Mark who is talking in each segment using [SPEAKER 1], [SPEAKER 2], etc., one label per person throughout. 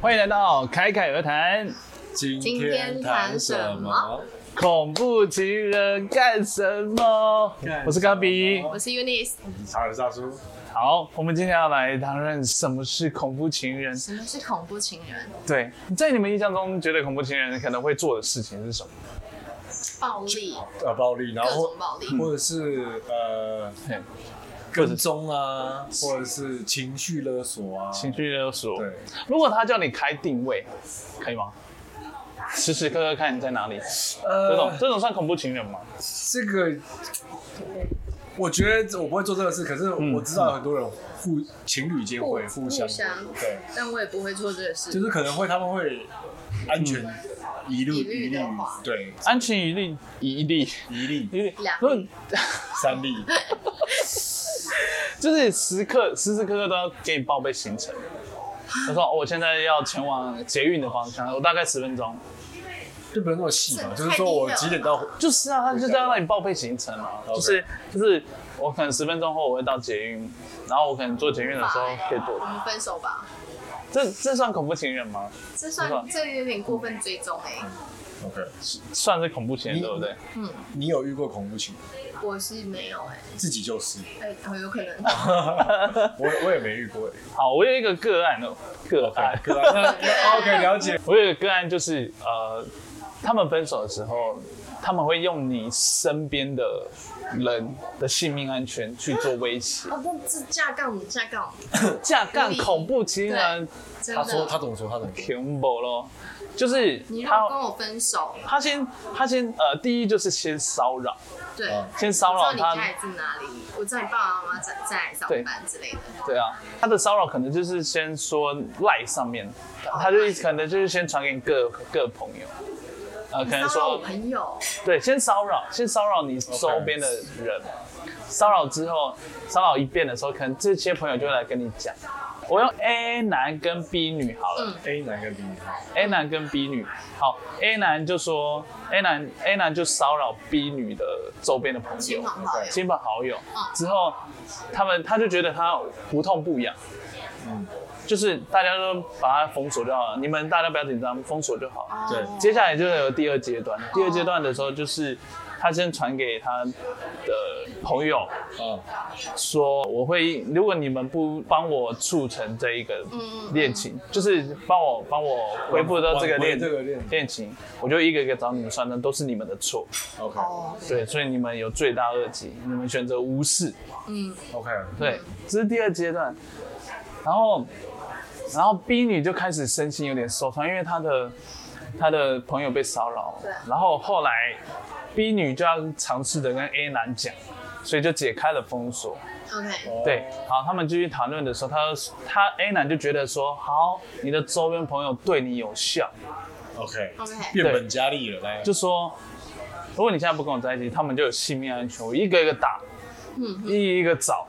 [SPEAKER 1] 欢迎来到凯凯而谈
[SPEAKER 2] 今
[SPEAKER 3] 今天谈什么？
[SPEAKER 1] 恐怖情人干什么
[SPEAKER 2] 干什么？
[SPEAKER 1] 我是咖比。
[SPEAKER 3] 我是 Unis，
[SPEAKER 2] 查尔斯大叔，
[SPEAKER 1] 好，我们今天要来谈论什么是恐怖情人。
[SPEAKER 3] 什么是恐怖情人？
[SPEAKER 1] 对，在你们印象中，觉得恐怖情人可能会做的事情是什
[SPEAKER 2] 哦
[SPEAKER 1] 么？
[SPEAKER 3] 暴力，
[SPEAKER 2] 呃，暴力，然
[SPEAKER 3] 各
[SPEAKER 2] 后
[SPEAKER 3] 种暴力，
[SPEAKER 1] 嗯
[SPEAKER 2] 或者是呃
[SPEAKER 1] 对，
[SPEAKER 2] 跟踪啊，或者是情绪勒索啊，
[SPEAKER 1] 情绪勒索。
[SPEAKER 2] 对，
[SPEAKER 1] 如果他叫你开定位，可以吗？时时刻刻看你在哪里，这种
[SPEAKER 2] 呃，
[SPEAKER 1] 这种算恐怖情人吗？
[SPEAKER 2] 这个。我觉得我不会做这个事，可是
[SPEAKER 1] 嗯
[SPEAKER 2] 我知道有很多人互情侣间会互相，对，
[SPEAKER 3] 但我也不会做这个事。
[SPEAKER 2] 就是可能会他们会安全疑虑
[SPEAKER 3] 疑虑的话
[SPEAKER 2] 对
[SPEAKER 1] 安全疑虑，疑虑，
[SPEAKER 2] 疑虑
[SPEAKER 1] 疑虑，
[SPEAKER 3] 两
[SPEAKER 1] 不是
[SPEAKER 2] 三 例，
[SPEAKER 1] 就是时刻时时刻刻都要给你报备行程。他说、哦我现在要前往捷运的方向，我大概十分钟。
[SPEAKER 2] 就不用那么细嘛，
[SPEAKER 3] 这
[SPEAKER 2] 就是说我
[SPEAKER 3] 太
[SPEAKER 2] 几
[SPEAKER 3] 低调了
[SPEAKER 2] 点到
[SPEAKER 1] 就是啊，他就是要让你报备行程嘛，
[SPEAKER 2] OK
[SPEAKER 1] 就是就是我可能十分钟后我会到捷运，然后我可能坐捷运的时候可以
[SPEAKER 3] 我
[SPEAKER 2] 哦
[SPEAKER 1] 坐。
[SPEAKER 3] 们分手吧，
[SPEAKER 1] 这这算恐怖情人吗？
[SPEAKER 3] 这算这有点过分追踪哎、
[SPEAKER 2] OK，
[SPEAKER 1] 算是恐怖情人对不 对？
[SPEAKER 2] 你有遇过恐怖情人？
[SPEAKER 3] 我是没有哎、
[SPEAKER 2] 自己就是，
[SPEAKER 3] 哎、很有可能。
[SPEAKER 2] 我我也没遇过。
[SPEAKER 1] 好，我有一个个案哦，个案
[SPEAKER 2] OK，OK，了 解。
[SPEAKER 1] 我有一个个案就是呃，他们分手的时候，他们会用你身边的人的性命安全去做威 胁。
[SPEAKER 3] 哦，那这架杠，架杠，
[SPEAKER 1] 架杠恐怖情人
[SPEAKER 3] 真
[SPEAKER 2] 他说他
[SPEAKER 3] 的。
[SPEAKER 2] 怎么说？他怎么说？
[SPEAKER 1] 恐咯，就是
[SPEAKER 3] 你如果跟
[SPEAKER 1] 他
[SPEAKER 3] 我分手，
[SPEAKER 1] 他先他先呃，第一就是先骚扰，
[SPEAKER 3] 对，
[SPEAKER 2] 哦
[SPEAKER 1] 先嗯骚
[SPEAKER 3] 我
[SPEAKER 1] 扰
[SPEAKER 3] 知道你
[SPEAKER 1] 他，
[SPEAKER 3] 家里住哪里，我知道你爸爸妈妈在在上
[SPEAKER 1] 对
[SPEAKER 3] 班之类的。
[SPEAKER 1] 对啊，他的骚扰可能就是先说赖上面，他就可能就是先传给各各朋友，呃，可能
[SPEAKER 3] 骚扰我
[SPEAKER 1] 说
[SPEAKER 3] 朋友，
[SPEAKER 1] 对，先骚扰，先骚扰你周边的人，骚扰之后，骚扰一遍的时候，可能这些朋友就会来跟你讲，我用 A 男跟 B 女好了。
[SPEAKER 3] 嗯，
[SPEAKER 2] A 男跟 B 男，
[SPEAKER 1] A 男跟 B 女，好，A 男就说 A 男 A 男就骚扰 B 女的周边的朋友、
[SPEAKER 3] 亲朋好友，
[SPEAKER 1] 亲朋好友，
[SPEAKER 3] 嗯
[SPEAKER 1] 之后他们他就觉得他不痛不痒，
[SPEAKER 2] 嗯
[SPEAKER 1] 就是大家都把他封锁就好了，你们大家不要紧张，封锁就好。
[SPEAKER 3] 哦
[SPEAKER 2] 对
[SPEAKER 1] 接下来就会有第二阶段，第二阶段的时候就是他先传给他的朋友
[SPEAKER 2] 啊，
[SPEAKER 1] 说，我会如果你们不帮我促成这一个
[SPEAKER 3] 嗯
[SPEAKER 1] 恋情，就是帮我帮我恢复到这个
[SPEAKER 2] 挽回
[SPEAKER 1] 恋
[SPEAKER 2] 这个恋
[SPEAKER 1] 恋情，我就一个一个找你们算账，都是你们的错。
[SPEAKER 2] OK
[SPEAKER 3] 哦，
[SPEAKER 1] 对，所以你们有罪大恶极，你们选择无视。
[SPEAKER 3] 嗯，
[SPEAKER 2] OK，
[SPEAKER 1] 对，这是第二阶段。然后，然后 B 女就开始身心有点受伤，因为她的她的朋友被骚扰
[SPEAKER 3] 对。
[SPEAKER 1] 然后后来 B 女就要尝试着跟 A 男讲，所以就解开了封锁。
[SPEAKER 3] OK，
[SPEAKER 1] 对，哦好，他们继续谈论的时候，他他 A 男就觉得说，好，你的周边朋友对你有效，
[SPEAKER 2] OK
[SPEAKER 3] OK
[SPEAKER 2] 变本加厉了，来，
[SPEAKER 1] 就说，如果你现在不跟我在一起，他们就有性命安全，我一个一个打，
[SPEAKER 3] 嗯
[SPEAKER 1] 一一个找。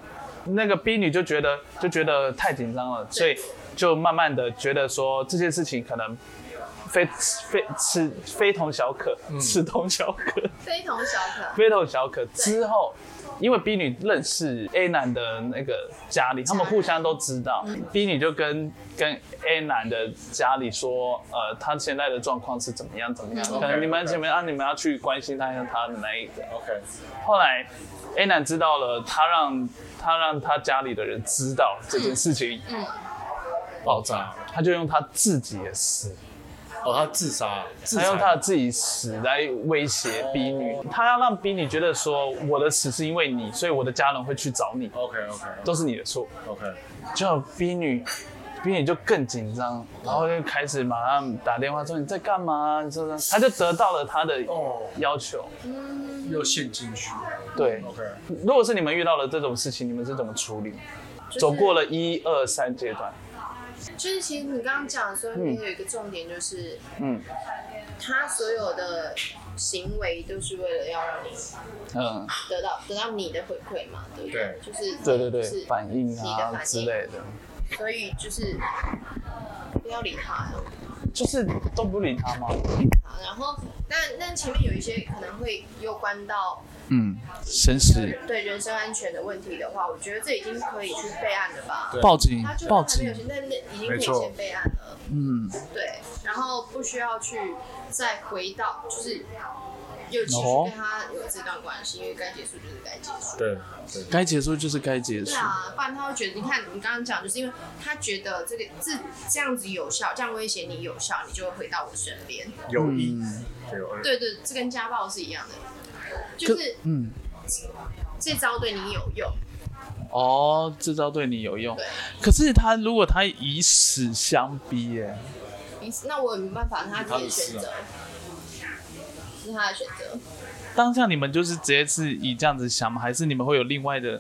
[SPEAKER 1] 那个 B 女就觉得就觉得太紧张了，所以就慢慢的觉得说这件事情可能非非此非同小可，此同小可，
[SPEAKER 3] 非同小可，
[SPEAKER 1] 非同小可。之后，因为 B 女认识 A 男的那个家里，他们互相都知道。B
[SPEAKER 3] 嗯
[SPEAKER 1] 女就跟跟 A 男的家里说，呃，他现在的状况是怎么样怎么样，
[SPEAKER 3] 嗯
[SPEAKER 1] 可能你们
[SPEAKER 2] OK，OK
[SPEAKER 1] 怎么样，你们要去关心他一下他的那一个。
[SPEAKER 2] OK
[SPEAKER 1] 后来 A 男知道了，他让他让他家里的人知道这件事情，
[SPEAKER 3] 嗯，
[SPEAKER 2] 爆炸，
[SPEAKER 1] 他就用他自己的死，
[SPEAKER 2] 哦，他自杀，自
[SPEAKER 1] 他
[SPEAKER 2] 杀
[SPEAKER 1] 用他的自己死来威胁 B 女，他要让 B 女觉得说我的死是因为你，所以我的家人会去找你，
[SPEAKER 2] OK OK
[SPEAKER 1] 都是你的错。
[SPEAKER 2] OK，
[SPEAKER 1] 就 B 女，B 女就更紧张，然后就开始马上打电话说你在干嘛、你这他就得到了他的
[SPEAKER 2] 哦，
[SPEAKER 1] 要求。
[SPEAKER 2] 又陷进去
[SPEAKER 1] 对，
[SPEAKER 2] ，OK，
[SPEAKER 1] 如果是你们遇到了这种事情，你们是怎么处理？
[SPEAKER 3] 就是
[SPEAKER 1] 走过了一二三阶段。
[SPEAKER 3] 就是其实你刚刚讲的时候，
[SPEAKER 1] 嗯
[SPEAKER 3] 你有一个重点就是，
[SPEAKER 1] 嗯
[SPEAKER 3] 他所有的行为都是为了要让你
[SPEAKER 1] 嗯，
[SPEAKER 3] 得到得到你的回馈嘛，对不
[SPEAKER 2] 对
[SPEAKER 3] 就是
[SPEAKER 1] 对对对
[SPEAKER 3] 是，
[SPEAKER 1] 反应
[SPEAKER 3] 你的
[SPEAKER 1] 啊
[SPEAKER 3] 反
[SPEAKER 1] 之
[SPEAKER 3] 应，
[SPEAKER 1] 类的，
[SPEAKER 3] 所以就是不要理他，
[SPEAKER 1] 就是都不理他吗？
[SPEAKER 3] 好，然后但但前面有一些可能会攸关到
[SPEAKER 1] 嗯，绅士，
[SPEAKER 3] 对人身安全的问题的话，我觉得这已经可以去备案了吧？
[SPEAKER 2] 对
[SPEAKER 1] 报警
[SPEAKER 3] 他就，
[SPEAKER 1] 报
[SPEAKER 3] 还没
[SPEAKER 1] 警
[SPEAKER 3] 有，现在那已经可
[SPEAKER 2] 没
[SPEAKER 3] 以
[SPEAKER 2] 错
[SPEAKER 3] 先备案了，
[SPEAKER 1] 嗯，
[SPEAKER 3] 对，然后不需要去再回到就是又继续
[SPEAKER 1] 哦
[SPEAKER 3] 跟他有这段关系，因为该结束就是该结束。
[SPEAKER 2] 对对，
[SPEAKER 1] 该结束就是该结
[SPEAKER 3] 对
[SPEAKER 1] 束，
[SPEAKER 3] 啊，不然他会觉得，你看你刚刚讲，就是因为他觉得这个这这样子有效，这样威胁你有效，你就会回到我身边。
[SPEAKER 2] 有一
[SPEAKER 1] 嗯
[SPEAKER 2] 有二，
[SPEAKER 3] 对对，这跟家暴是一样的，就是
[SPEAKER 1] 嗯，
[SPEAKER 3] 这招对你有用，
[SPEAKER 1] 哦，这招对你有用
[SPEAKER 3] 对。。
[SPEAKER 1] 可是他如果他以死相逼、哎耶，
[SPEAKER 3] 你那我也没办法，他自己的选择，是他的选择。
[SPEAKER 1] 当下你们就是直接是以这样子想吗？还是你们会有另外的？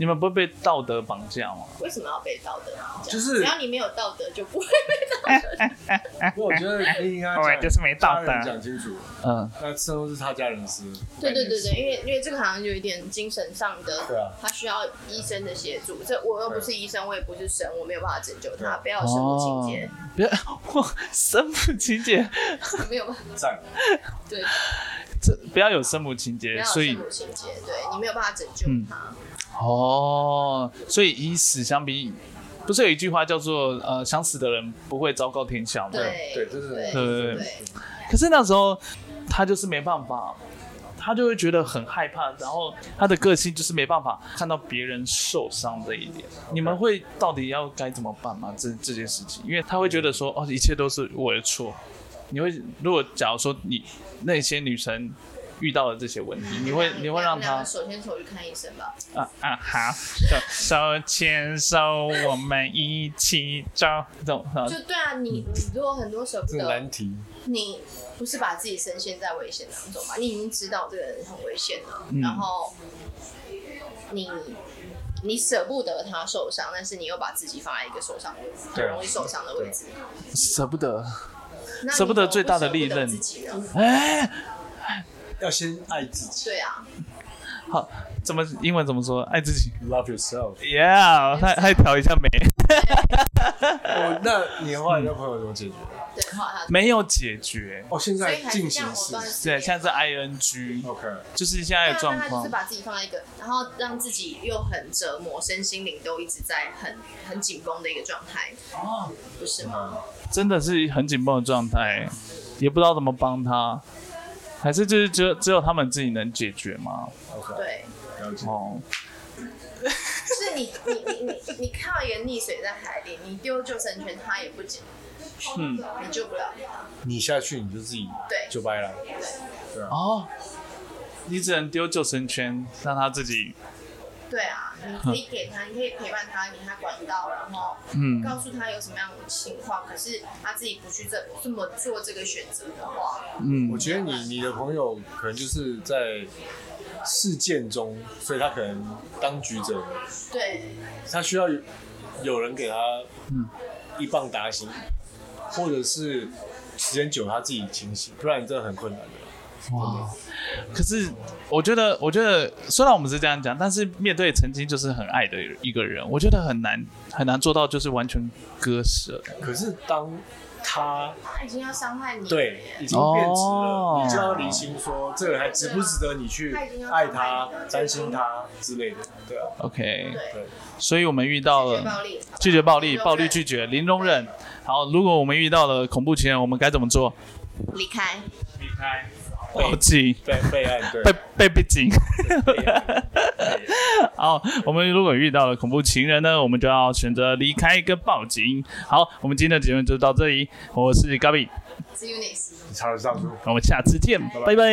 [SPEAKER 1] 你们不会被道德绑架吗？
[SPEAKER 3] 为什么要被道德绑架？
[SPEAKER 2] 就是
[SPEAKER 3] 只要你没有道德，就不会被道德。
[SPEAKER 2] 不过我觉得 应该
[SPEAKER 1] 对就是没道德
[SPEAKER 2] 家人讲清楚，
[SPEAKER 1] 嗯，
[SPEAKER 2] 那事后是他家人的事。
[SPEAKER 3] 对对对对，因为因为这个好像有一点精神上的，
[SPEAKER 2] 对啊
[SPEAKER 3] 他需要医生的协助。这我又不是医生，我也不是神，我没有办法拯救
[SPEAKER 2] 对
[SPEAKER 3] 他，
[SPEAKER 2] 啊
[SPEAKER 3] 不要有生物
[SPEAKER 1] 哦
[SPEAKER 3] 情节，
[SPEAKER 1] 不要，我哦生母情节，
[SPEAKER 3] 没有办法，
[SPEAKER 2] 赞，
[SPEAKER 3] 对，
[SPEAKER 1] 这不要有生母情
[SPEAKER 3] 不
[SPEAKER 1] 节，
[SPEAKER 3] 要
[SPEAKER 1] 所
[SPEAKER 3] 有
[SPEAKER 1] 以
[SPEAKER 3] 生物情节，对你没有办法拯救
[SPEAKER 1] 嗯
[SPEAKER 3] 他。
[SPEAKER 1] 哦，所以以死相逼，不是有一句话叫做呃，想死的人不会昭告天下吗？
[SPEAKER 3] 对
[SPEAKER 2] 对这是
[SPEAKER 3] 对
[SPEAKER 1] 对
[SPEAKER 3] 对
[SPEAKER 1] 可是那时候他就是没办法，他就会觉得很害怕，然后他的个性就是没办法看到别人受伤这一点。你们会到底要该怎么办吗？这这件事情，因为他会觉得说哦，一切都是我的错。你会如果假如说你那些女生遇到了这些问题，你会你会让
[SPEAKER 3] 两
[SPEAKER 1] 她
[SPEAKER 3] 个手牵手去看医生吧。
[SPEAKER 1] 啊啊好，手手牵手，我们一起走，这种啊
[SPEAKER 3] 就对啊，你你如果很多舍不
[SPEAKER 2] 这个
[SPEAKER 3] 得
[SPEAKER 2] 难，题。
[SPEAKER 3] 你不是把自己深陷在危险当中吗？你已经知道这个人很危险了，
[SPEAKER 1] 嗯
[SPEAKER 3] 然后你你舍不得他受伤，但是你又把自己放在一个受伤的位置，
[SPEAKER 2] 对
[SPEAKER 3] 很
[SPEAKER 2] 啊
[SPEAKER 3] 容易受伤的位置，
[SPEAKER 1] 舍不得，
[SPEAKER 3] 那你
[SPEAKER 1] 舍不得最大的
[SPEAKER 3] 怎么不
[SPEAKER 1] 利刃
[SPEAKER 3] 舍不得自己呢
[SPEAKER 1] 哎、
[SPEAKER 2] 要先爱自己
[SPEAKER 3] 对啊，
[SPEAKER 1] 好，怎么英文怎么说？爱自己。
[SPEAKER 2] ，love yourself。
[SPEAKER 1] Yeah，还还调一下眉，
[SPEAKER 2] 哦，那你后来那朋友怎么解决？
[SPEAKER 3] 对，画他。
[SPEAKER 1] 没有解决。
[SPEAKER 2] 哦，现
[SPEAKER 3] 所
[SPEAKER 2] 在
[SPEAKER 3] 以还
[SPEAKER 2] 进
[SPEAKER 3] 是这
[SPEAKER 2] 行
[SPEAKER 3] 样我
[SPEAKER 2] 式
[SPEAKER 3] 断食。
[SPEAKER 1] 对，现在是 ing，
[SPEAKER 2] OK，
[SPEAKER 1] 就是现在的
[SPEAKER 3] 对啊
[SPEAKER 1] 状
[SPEAKER 3] 那他就
[SPEAKER 1] 况
[SPEAKER 3] 是。把自己放在一个，然后让自己又很折磨，身心灵都一直在很很紧绷的一个状态，
[SPEAKER 1] 哦，
[SPEAKER 3] 不是吗？
[SPEAKER 2] 嗯，
[SPEAKER 1] 真的是很紧绷的状态，也不知道怎么帮他，还是就是只有只有他们自己能解决吗？
[SPEAKER 2] ，OK，
[SPEAKER 3] 对，
[SPEAKER 2] 了解。
[SPEAKER 1] 哦，
[SPEAKER 3] 就是你你你你你靠一个溺水在海里，你丢救生圈他也不捡，
[SPEAKER 1] 嗯，
[SPEAKER 3] 你救不了他。
[SPEAKER 2] 你下去你就自己
[SPEAKER 3] 对
[SPEAKER 2] 就掰了，
[SPEAKER 1] 嗯哦，你只能丢救生圈，让他自己，
[SPEAKER 3] 对啊，你可以给他，你可以陪伴他，给他管道，然后
[SPEAKER 1] 嗯，
[SPEAKER 3] 告诉他有什么样的情况。可是他自己不去这这么做这个选择的话，
[SPEAKER 1] 嗯
[SPEAKER 2] 我，觉得你你的朋友可能就是在事件中，所以他可能当局者，
[SPEAKER 3] 对
[SPEAKER 2] 他需要有有人给他
[SPEAKER 1] 嗯
[SPEAKER 2] 一棒打醒，或者是时间久他自己清醒，不然真的很困难的。
[SPEAKER 1] 哇，可是我觉得，我觉得虽然我们是这样讲，但是面对曾经就是很爱的一个人，我觉得很难很难做到就是完全割舍。
[SPEAKER 2] 可是当他
[SPEAKER 3] 他已经要伤害你了
[SPEAKER 2] 对
[SPEAKER 3] 耶
[SPEAKER 2] 已经变质
[SPEAKER 1] 哦
[SPEAKER 2] 了，你就要厘清说这个人还值不值得你去爱他、担心他之类的，对啊，
[SPEAKER 1] OK，
[SPEAKER 3] 对，
[SPEAKER 2] 对。
[SPEAKER 1] 所以我们遇到
[SPEAKER 3] 拒绝暴
[SPEAKER 1] 了
[SPEAKER 3] 力，
[SPEAKER 1] 拒绝暴力，
[SPEAKER 3] 容忍
[SPEAKER 1] 暴力拒绝，零容忍。好，如果我们遇到了恐怖情人，我们该怎么做？
[SPEAKER 3] 离开，
[SPEAKER 2] 离开，
[SPEAKER 1] 报警，
[SPEAKER 2] 备备案，对，
[SPEAKER 1] 被被逼紧。
[SPEAKER 2] 备案对
[SPEAKER 1] 好，我们如果遇到了恐怖情人呢，我们就要选择离开跟报警。好，我们今天的节目就到这里，我是 Gabi，
[SPEAKER 3] 是 Unis。
[SPEAKER 2] 你查得上书。
[SPEAKER 1] 我们下次见，拜拜